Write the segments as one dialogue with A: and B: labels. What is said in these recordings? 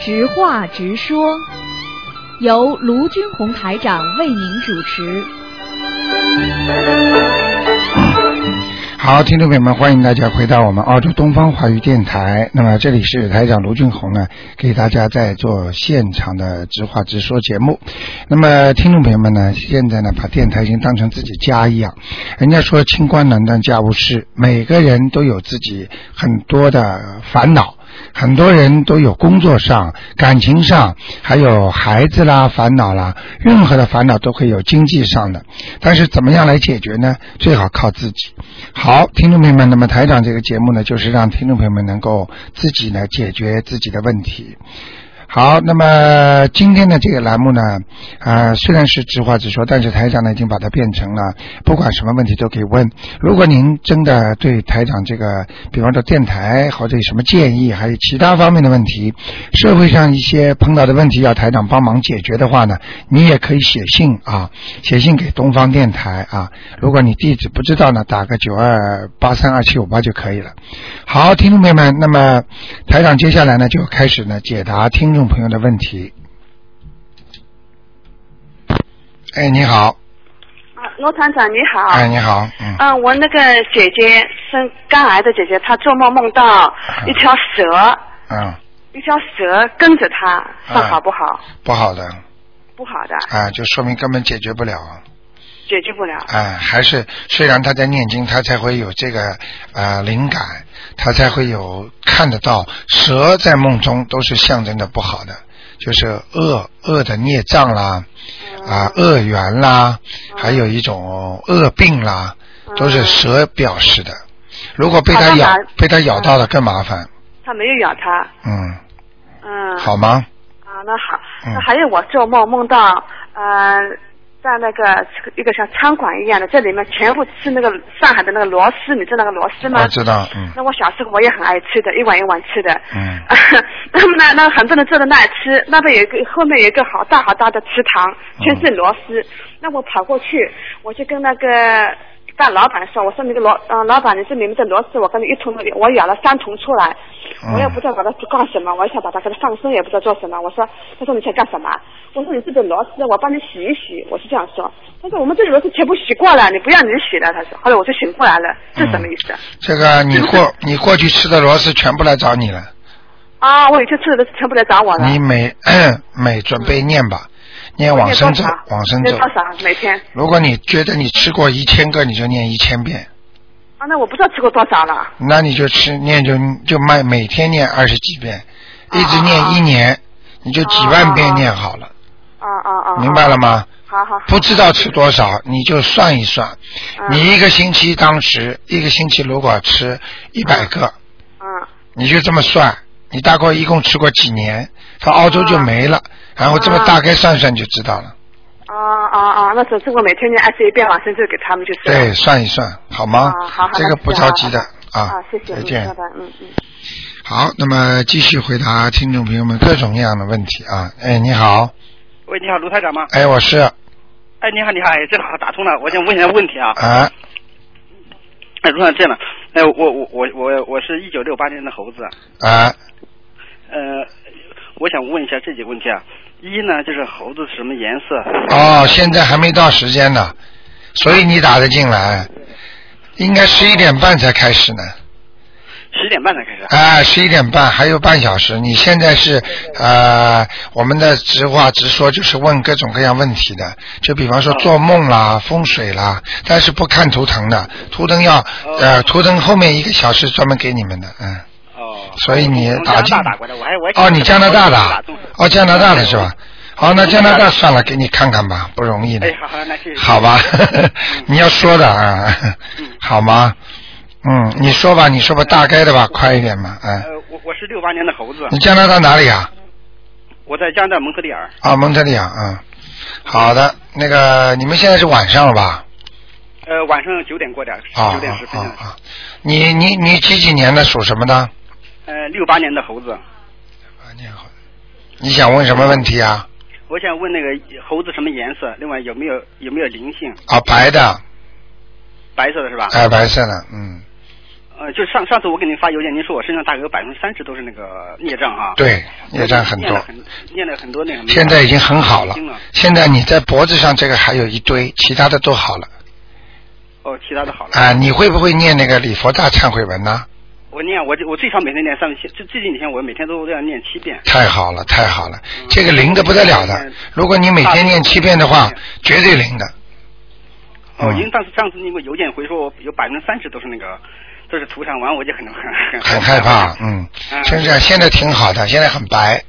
A: 直话直说，由卢军红台长为您主持。
B: 好，听众朋友们，欢迎大家回到我们澳洲东方华语电台。那么这里是台长卢俊宏呢，给大家在做现场的直话直说节目。那么听众朋友们呢，现在呢把电台已经当成自己家一样。人家说清官难断家务事，每个人都有自己很多的烦恼。很多人都有工作上、感情上，还有孩子啦、烦恼啦，任何的烦恼都会有经济上的。但是怎么样来解决呢？最好靠自己。好，听众朋友们，那么台长这个节目呢，就是让听众朋友们能够自己呢解决自己的问题。好，那么今天的这个栏目呢，啊、虽然是直话直说，但是台长呢已经把它变成了不管什么问题都可以问。如果您真的对台长这个，比方说电台或者有什么建议，还有其他方面的问题，社会上一些碰到的问题要台长帮忙解决的话呢，你也可以写信啊，写信给东方电台啊。如果你地址不知道呢，打个九二八三二七五八就可以了。好，听众朋友们，那么台长接下来呢就开始呢解答听众朋友的问题。哎，你好，
C: 啊，罗团长你好。
B: 哎，你好，嗯，
C: 啊，我那个姐姐生肝癌的姐姐，她做梦梦到
B: 哎
C: 一条蛇，
B: 嗯，
C: 一条蛇跟着她，
B: 哎
C: 算好不好？
B: 不好的，
C: 不好的，
B: 啊，就说明根本解决不了，
C: 解决不了。
B: 啊，还是虽然他在念经，他才会有这个呃灵感，他才会有看得到蛇在梦中都是象征的不好的，就是恶恶的孽障啦，
C: 嗯
B: 啊恶缘啦，还有一种恶病啦，都是
C: 嗯
B: 蛇表示的。如果被
C: 好
B: 它
C: 那
B: 咬
C: 把
B: 被它咬到了更麻烦，
C: 她没有咬她，
B: 嗯，
C: 嗯。
B: 好吗？
C: 啊，那好，
B: 嗯
C: 那还有我做梦梦到，呃，在那个一个像餐馆一样的，这里面全部吃那个上海的那个螺丝，你知道那个螺丝吗？
B: 我知道，嗯
C: 那我小时候我也很爱吃的，一碗一碗吃的。
B: 嗯
C: 那么呢，那很多人坐在那儿吃，那边有一个后面有一个好大好大的池塘，全是螺丝。那我跑过去，我就跟那个大老板说，我说那个螺，嗯、老板，你这里面的螺丝，我跟你一桶，我咬了三桶出来，我也不知道把它干什么，我也想把它给它放生，也不知道做什么。我说，他说你想干什么？我说你这个螺丝，我帮你洗一洗，我是这样说。他说我们这里螺丝全部洗过了，你不要你洗了。他说，后来我就醒过来了，这什么意思？
B: 这个你过你过去吃的螺丝全部来找你了。
C: 啊，我有些吃的全部来找我了。
B: 你每 每准备念吧，念往生咒
C: 我念多，少
B: 往生
C: 念
B: 咒。
C: 多少每天？
B: 如果你觉得你吃过一千个，你就念一千遍，
C: 啊，那我不知道吃过多少
D: 啊
C: 了。
B: 那你就吃念就就慢，每天念二十几遍，一直
C: 啊
B: 念
C: 啊
B: 一年，你就几万遍念好了，
C: 啊啊啊！
B: 明白了
C: 吗？
B: 吗？
C: 好好好。
B: 不知道吃多少，你就算一算，
C: 嗯
B: 你一个星期当时一个星期如果吃一百个，
C: 嗯，
B: 你就这么算，你大概一共吃过几年，到澳洲就没了，然后这么
C: 啊
B: 大概算算就知道了。
C: 啊啊啊！那总之我每天念二十一遍往生咒给他们就是。
B: 对，算一算，好吗？
C: 啊好好
B: 这个不着急的啊
C: 啊，谢谢，
B: 再
C: 嗯
B: 见。
C: 拜拜，嗯嗯。
B: 好，那么继续回答听众朋友们各种各样的问题啊。哎，你好，
E: 喂，你好，卢台长吗？
B: 哎，我是
E: 哎，你好，你好，哎，正好打通了，我想问一下问题啊。
B: 啊，
E: 哎，卢台长，这样的，哎，我我我我我是一九六八年的猴子，
B: 啊，
E: 呃，我想问一下这几个问题啊。一呢，就是猴子是什么颜色？
B: 哦，现在还没到时间呢，所以你打得进来，应该十一点半才开始呢。
E: 十点半才开始啊。
B: 啊，十一点半还有半小时。你现在是呃，我们的直话直说就是问各种各样问题的，就比方说
E: 啊
B: 做梦啦、风水啦，但是不看图腾的，图腾要呃，图腾后面一个小时专门给你们的，嗯。
E: 啊哦。
B: 所以你
E: 从
B: 打
E: 加拿
B: 进
E: 大打过来，我还我还
B: 哦，你加拿大的啊
E: 打中了，嗯
B: 哦，加拿大的是吧？好，那加拿大算了，给你看看吧，不容易的
E: 哎，，好好，那谢谢。
B: 好吧？你要说的啊
E: 嗯，
B: 好吗？嗯，你说吧，你说吧，大概的
E: 嗯
B: 吧，快一点吧，哎，
E: 呃，我我是六八年的猴子，
B: 你加拿大哪里啊？
E: 我在加拿大蒙特利尔。
B: 啊，蒙特利尔啊、嗯，好的，那个你们现在是晚上了吧？
E: 呃，晚上九点过点，
B: 啊
E: 九点十分
B: 啊。啊！你你你几几年的属什么的？
E: 呃，六八年的猴子，
B: 你好，你想问什么问题啊？
E: 我想问那个猴子什么颜色？另外有没有有没有灵性？
B: 啊，白的，啊
E: 白色的是吧？
B: 哎，白色的，嗯，
E: 呃，就上上次我给您发邮件，您说我身上大概有百分之三十都是那个孽障哈。
B: 对，孽障很
E: 念了
B: 多，
E: 很念了很多嗯那什么。
B: 现在已经很好了
E: 经了。
B: 现在你在脖子上这个还有一堆，其他的都好了
E: 哦，其他的好了。
B: 啊。你会不会念那个礼佛大忏悔文呢？
E: 我念我我最少每天念三遍，最最近几天我每天都这样念七遍。
B: 太好了，太好了，这个灵的不得了的
E: 嗯。
B: 如果你每天念七遍的话
E: 嗯，
B: 绝对灵的。
E: 哦，
B: 嗯
E: 因为当时上次那个邮件回说，我有百分之三十都是那个，都是涂上完我就很很很
B: 很害怕，嗯，
E: 嗯
B: 身上现在挺好的，现在很白，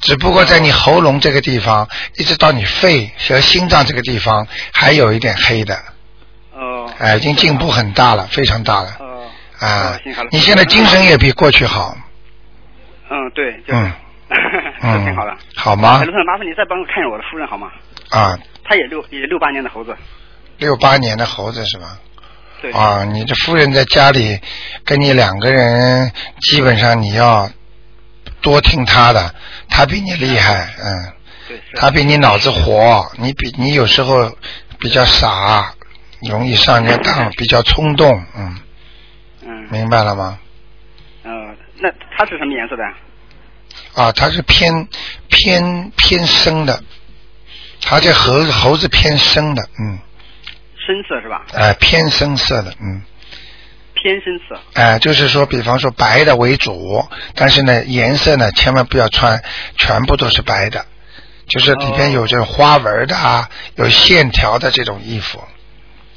B: 只不过在你喉咙这个地方，一直到你肺和心脏这个地方，还有一点黑的，
E: 哦。
B: 哎，已经进步很大了，非常大了
E: 哦。
B: 啊
E: 哦行好了！
B: 你现在精神也比过去好，
E: 嗯，对，就是
B: 嗯
E: 这挺
B: 嗯
E: 好了。，
B: 好吗
E: 哎卢？总，麻烦你再帮我看一下我的夫人好吗？
B: 啊，
E: 她也六也六八年的猴子，
B: 六八年的猴子是吧？
E: 对，
B: 啊，你这夫人在家里跟你两个人，基本上你要多听她的，她比你厉害，嗯。
E: 对啊是。
B: 他比你脑子活，你比你有时候比较傻，容易上人家当，比较冲动，嗯，
E: 嗯
B: 明白了吗？
E: 呃，那她是什么颜色的？
B: 啊，他是偏偏偏生的，他这猴猴子偏生的，嗯，
E: 深色是吧？
B: 哎、偏深色的，嗯，
E: 偏深色。
B: 哎、就是说，比方说白的为主，但是呢，颜色呢，千万不要穿全部都是白的，就是里边
E: 哦
B: 有这种花纹的啊，有线条的这种衣服，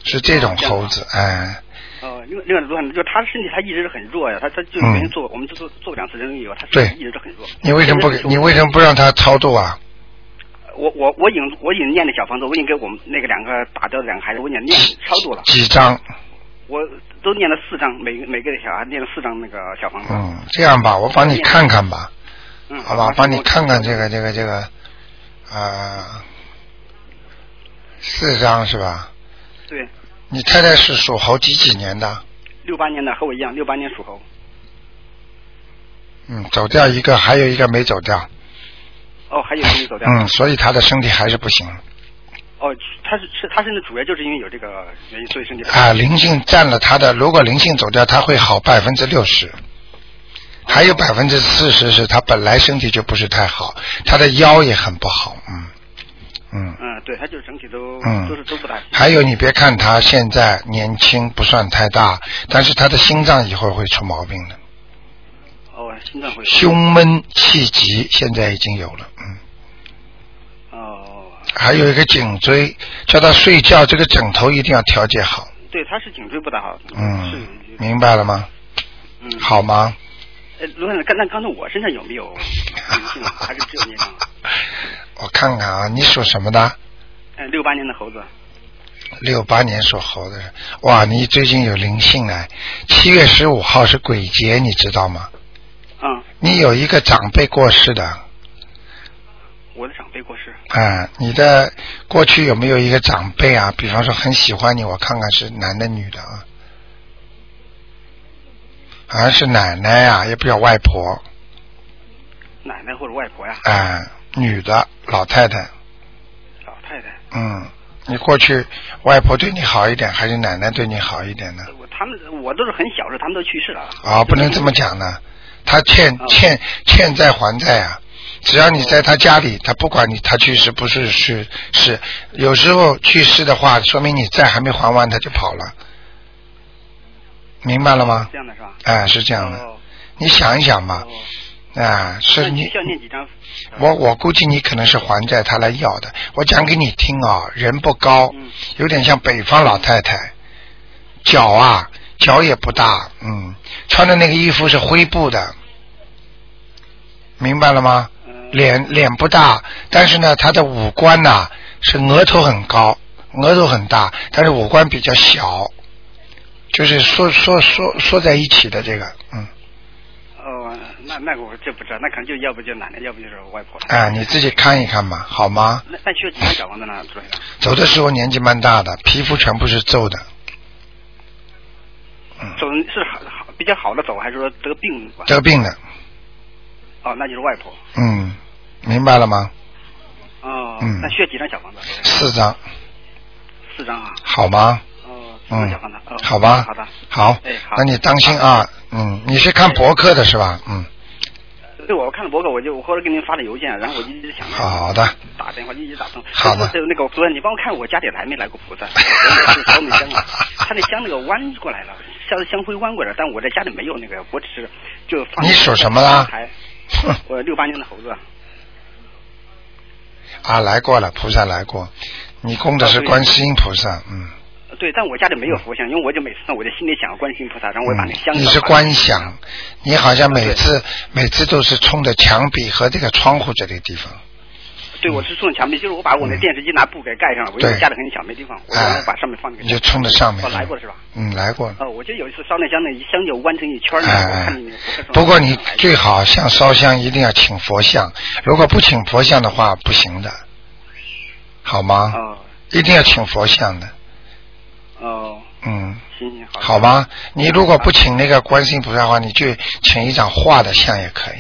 B: 是这种
E: 哦这样
B: 猴子，哎、
E: 哦，另外另外卢汉，就是她的身体，她一直是很弱呀，她她就
B: 嗯
E: 原先做，我们就做做过两次人工以后，她
B: 对
E: 身体一直都很弱。
B: 你为什么不给？你为什么不让他超度啊？
E: 我我我已经我已经念的小房子，我已经给我们那个两个打掉的两个孩子，我已经念超度了，
B: 几张？
E: 我都念了四张，每个每个小孩念了四张那个小房子。
B: 嗯，这样吧，我帮你看看吧，
E: 啊嗯，
B: 好吧，帮你看看这个这个这个，呃，四张是吧？
E: 对，
B: 你太太是属猴几几年的？
E: 六八年的和我一样，六八年属猴。
B: 嗯，走掉一个，还有一个没走掉。
E: 哦，还 有一个没走掉。
B: 嗯，所以她的身体还是不行
E: 哦，他是是他身体主要就是因为有这个原因，所以身体不好。
B: 啊，灵性占了她的，如果灵性走掉，她会好百分之六十。还有百分之四十是她本来身体就不是太好，她的腰也很不好，嗯，嗯，
E: 嗯，对，他就是整体都、
B: 嗯
E: 都是都不大行。
B: 还有，你别看他现在年轻不算太大，但是他的心脏以后会出毛病的，
E: 哦，心脏会。
B: 胸闷气急现在已经有了，嗯，
E: 哦，
B: 还有一个颈椎，叫他睡觉这个枕头一定要调节好，
E: 对，他是颈椎不大好。是
B: 嗯，。明白了吗？
E: 嗯。
B: 好吗？
E: 呃，卢先生，刚那刚才我身上有没有灵 性啊？还是只有孽障啊？
B: 我看看啊，你属什么的？
E: 嗯，六八年的猴子。
B: 六八年属猴的，哇，你最近有灵性哎！七月十五号是鬼节，你知道吗？
E: 嗯，
B: 你有一个长辈过世的，
E: 我的长辈过世。
B: 啊，你的过去有没有一个长辈啊？比方说很喜欢你，我看看是男的女的啊？好像是奶奶啊，也不叫外婆
E: 奶奶或者外婆呀，
B: 啊，女的老太太。
E: 老太太，
B: 嗯，你过去外婆对你好一点，还是奶奶对你好一点呢？
E: 我他们我都是很小时候，他们都去世了。
B: 啊，不能这么讲呢，她欠
E: 哦
B: 欠欠债还债啊。只要你在她家里，她不管你她去世不是去世，有时候去世的话，说明你债还没还完，她就跑了，明白了吗？
E: 这样的是吧？
B: 哎，是这样的，
E: 哦。
B: 你想一想吧，
E: 哦
B: 啊，
E: 那
B: 是
E: 你
B: 你
E: 需要念几张？
B: 我我估计你可能是还债，他来要的。我讲给你听啊，人不高
E: 嗯，
B: 有点像北方老太太，脚啊脚也不大，嗯，穿的那个衣服是灰布的，明白了吗？
E: 嗯
B: 脸脸不大，但是呢，她的五官呐、是额头很高，额头很大，但是五官比较小，就是缩缩缩缩在一起的这个，嗯，
E: 哦，那那个我这不知道，那可能就要不就奶奶，要不就是外婆。
B: 啊，你自己看一看吧，好吗？
E: 那那需要几张小房子呢，主任？
B: 走的时候年纪蛮大的，皮肤全部是皱的，
E: 走是好好比较好的走，还是说得病吧？
B: 得病的，
E: 哦，那就是外婆。
B: 嗯，明白了吗？
E: 哦，
B: 嗯
E: 那需要几张小房子？主任
B: 四张，
E: 四张啊。
B: 好吗？
E: 哦，
B: 嗯
E: 小房子哦，
B: 好吧
E: 好的，
B: 好
E: 哎好，
B: 那你当心啊，嗯，你是看博客的是吧？嗯，
E: 对，我看了博客，我就我后来给您发的邮件，啊然后我就一直想
B: 好的，
E: 打电话，一直打不通。
B: 好的
E: 还有那个主任，你帮我看我家里来没来过菩萨？我也是烧米香 啊，他那香那个弯过来了，像香灰弯过来了，但我在家里没有那个，我只是就放。
B: 你属什么啊啦
E: 还
B: 哼
E: 我呃六八年的猴子。
B: 啊，来过了，菩萨来过，你供的是
E: 啊对啊
B: 观世音菩萨，嗯，
E: 对，但我家里没有佛像，因为我就每次呢，我就心里想要观世音菩萨，然后我把那啊个香。
B: 嗯你是观想，你好像每次每次都是冲着墙壁和这个窗户这个地方，
E: 对，我是冲着墙壁，就是我把我那电视机拿布给盖上了，我因为
B: 嗯对
E: 家里很小没地方，我
B: 哎
E: 然后把上面放那个。
B: 你就冲着上面
E: 哦，来过是吧？
B: 嗯，来过了。
E: 哦，我就有一次烧那香，那一香就弯成一圈儿呢。我
B: 哎
E: 看你那个博客上
B: 不过你
E: 来过
B: 最好像烧香一定要请佛像，如果不请佛像的话不行的，好吗？
E: 哦
B: 一定要请佛像的，
E: 哦，
B: 嗯，
E: 行行好的。
B: 好吗？你如果不请那个观世音菩萨的话，你就请一张画的像也可以。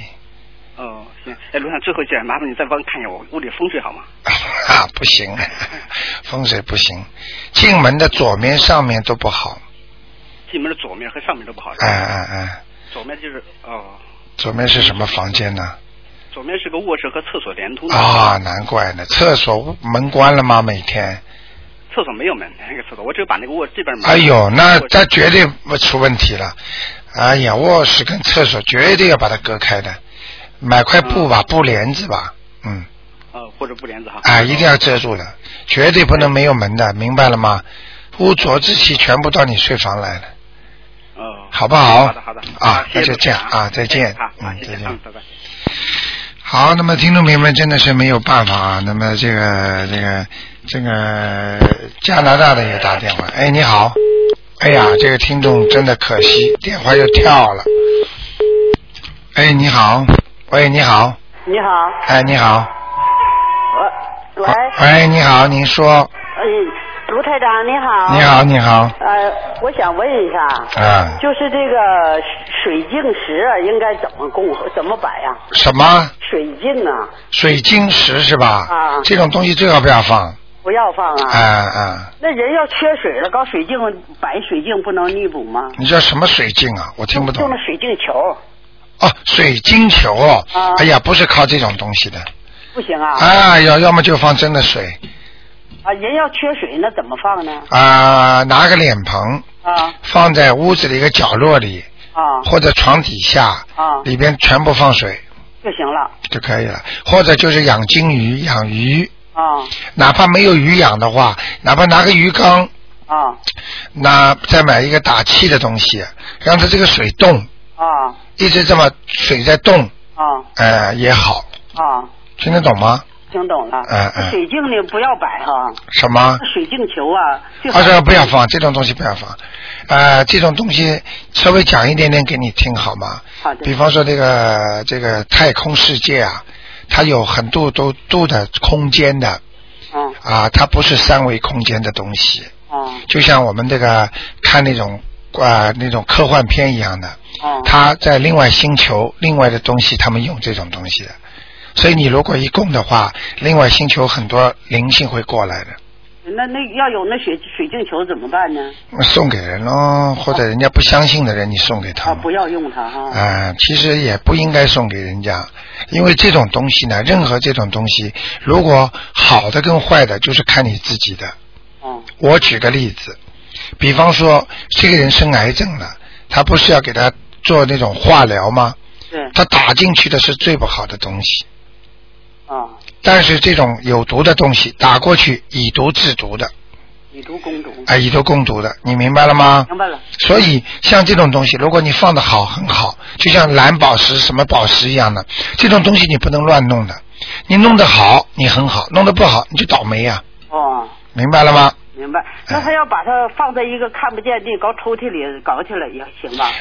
E: 哦，行。哎，卢长，最后一句，麻烦你再帮我看一下我屋里风水好吗？
B: 啊，不行， 风水不行，进门的左面上面都不好，
E: 进门的左面和上面都不好。
B: 哎哎哎，
E: 左面就是哦，
B: 左面是什么房间呢？
E: 左面是个卧室和厕所连通的。
B: 啊，难怪呢，厕所门关了吗？每天？
E: 厕所没有门，那个厕所，我只有把那个卧这边门。呃
B: 哎呦，那
E: 卧室
B: 那绝对不出问题了。哎呀，卧室跟厕所绝对要把它隔开的，买块布吧，布帘子吧，嗯，
E: 呃，或者布帘子哈。
B: 啊，一定要遮住的，绝对不能没有门的，明白了吗？污浊之气全部到你睡房来了，
E: 哦。
B: 好不好？
E: 好的好的。
B: 啊，
E: 谢
B: 那
E: 谢
B: 就
E: 卢
B: 这样
E: 台长
B: 啊，再见
E: 哎，好，
B: 嗯
E: 好，，谢
B: 再
E: 谢，
B: 见。
E: 嗯，拜拜。
B: 好，那么听众朋友们真的是没有办法啊。那么这个这个这个加拿大的也打电话，哎，你好，哎呀，这个听众真的可惜，电话又跳了。哎，你好，喂，你好，
D: 你好，
B: 哎，你好，
D: 我喂，
B: 喂，你好，您说，
D: 哎，卢台长你好。
B: 你。好，你好，
D: 呃，我想问一下，
B: 啊，
D: 就是这个水晶石啊，应该怎么供，怎么摆呀、
B: 什么
D: 水晶啊，
B: 水晶石是吧？
D: 啊
B: 这种东西最好不要放，
D: 不要放啊。
B: 啊啊，
D: 那人要缺水了，搞水晶摆水晶不能弥补吗？
B: 你叫什么水晶啊？我听不懂
D: 就。那水晶球
B: 哦，水晶球哦，
D: 啊
B: 哎呀，不是靠这种东西的，
D: 不行啊。
B: 啊，要要么就放真的水
D: 啊，人要缺水，那怎么放呢？
B: 啊，拿个脸盆
D: 啊
B: 放在屋子的一个角落里，
D: 啊
B: 或者床底下，
D: 啊，
B: 里边全部放水
D: 就行了
B: 就可以了，或者就是养金鱼、养鱼，
D: 啊
B: 哪怕没有鱼养的话，哪怕拿个鱼缸，
D: 啊
B: 那再买一个打气的东西，让它这个水动，
D: 啊
B: 一直这么水在动，
D: 啊
B: 呃，也好，
D: 啊，
B: 听得懂吗？
D: 听懂了。
B: 嗯嗯
D: 水晶呢，不要摆哈、
B: 什么？
D: 水晶球啊，最好
B: 他说不要放这种东西，不要放。呃，这种东西稍微讲一点点给你听好吗？
D: 好的
B: 比方说这个这个太空世界啊，它有很多都度的空间的
D: 嗯
B: 啊，它不是三维空间的东西，
D: 嗯
B: 就像我们这个看那种啊、那种科幻片一样的，
D: 嗯，
B: 它在另外星球、另外的东西，他们用这种东西的。所以你如果一供的话，另外星球很多灵性会过来的。
D: 那那要有那水水晶球怎么办呢？
B: 送给人咯，或者人家不相信的人，你送给他
D: 啊，
B: 们。
D: 不要用它哈、
B: 啊、其实也不应该送给人家，因为这种东西呢，任何这种东西，如果好的跟坏的，就是看你自己的。
D: 嗯
B: 我举个例子，比方说这个人生癌症了，他不是要给他做那种化疗吗？
D: 对，
B: 他打进去的是最不好的东西，
D: 啊，
B: 但是这种有毒的东西打过去，以毒制毒的，
D: 以毒攻毒。
B: 啊、以毒攻毒的，你明白了吗？
D: 明白了，
B: 所以像这种东西，如果你放的好，很好，就像蓝宝石、什么宝石一样的，这种东西你不能乱弄的。你弄得好，你很好；弄得不好，你就倒霉呀、
D: 哦，
B: 明白了吗？
D: 明白。那他要把它放在一个看不见的搞抽屉里搞起来也行吧？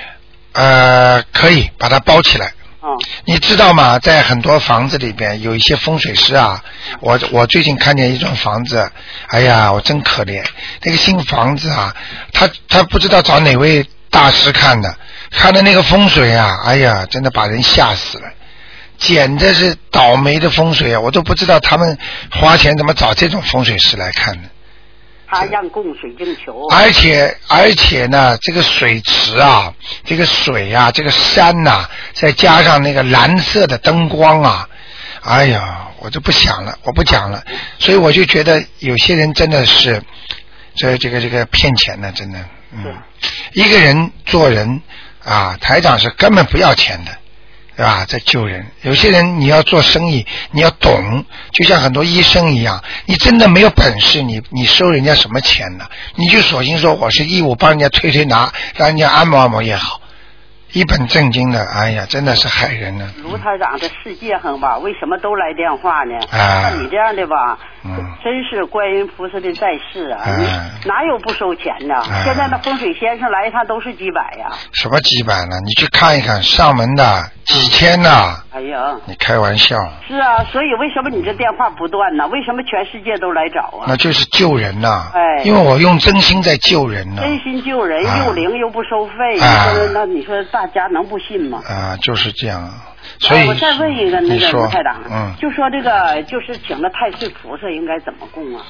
B: 呃，可以把它包起来。
D: 嗯
B: 你知道吗？在很多房子里边，有一些风水师啊，我我最近看见一幢房子，哎呀，我真可怜。那个新房子啊，他他不知道找哪位大师看的，看的那个风水啊，哎呀，真的把人吓死了，简直是倒霉的风水啊！我都不知道他们花钱怎么找这种风水师来看的。
D: 他让供水晶球。
B: 而且而且呢，这个水池啊，这个水啊，这个山呐、再加上那个蓝色的灯光啊，哎呀，我就不想了，我不讲了。所以我就觉得有些人真的是，这这个这个骗钱的，真的，嗯，一个人做人啊，台长是根本不要钱的。对吧？在救人，有些人你要做生意，你要懂，就像很多医生一样，你真的没有本事，你你收人家什么钱呢？你就索性说我是义务，帮人家推推拿，让人家按摩按摩也好，一本正经的，哎呀，真的是害人呢。
D: 卢台长，这世界很吧，为什么都来电话呢？
B: 啊
D: 像你这样的吧，
B: 嗯，
D: 真是观音菩萨的在世啊，
B: 哎
D: 你哪有不收钱的？
B: 哎
D: 现在那风水先生来一趟都是几百呀、
B: 什么几百呢？你去看一看，上门的几千呢？
D: 哎呀，
B: 你开玩笑，
D: 是啊，所以为什么你这电话不断呢？为什么全世界都来找啊？
B: 那就是救人呐、
D: 哎
B: 因为我用真心在救人呢、
D: 真心救人，
B: 啊
D: 又灵又不收费，你
B: 啊
D: 说那你说大家能不信吗？
B: 啊，就是这样啊。所以、
D: 哎我再问一个那
B: 你
D: 个
B: 说
D: 卢台长，
B: 嗯，
D: 就说这个就是请了太岁菩萨应该怎么供啊？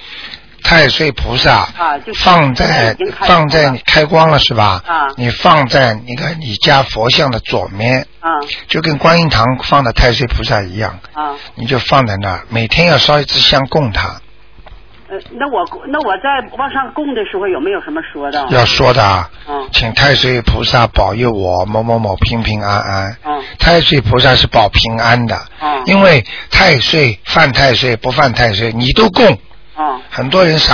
B: 太岁菩萨
D: 啊就是
B: 放在
D: 已经开光了
B: 放在你开光了是吧？
D: 啊
B: 你放在那个你家佛像的左面，
D: 啊
B: 就跟观音堂放的太岁菩萨一样，
D: 啊，
B: 你就放在那儿，每天要烧一支香供他。
D: 呃，那我那我在往上供的时候有没有什么说的？
B: 要说的啊，
D: 嗯
B: 请太岁菩萨保佑我某某某平平安安。
D: 嗯
B: 太岁菩萨是保平安的，
D: 嗯
B: 因为太岁犯太岁不犯太岁你都供，
D: 啊。
B: 很多人啥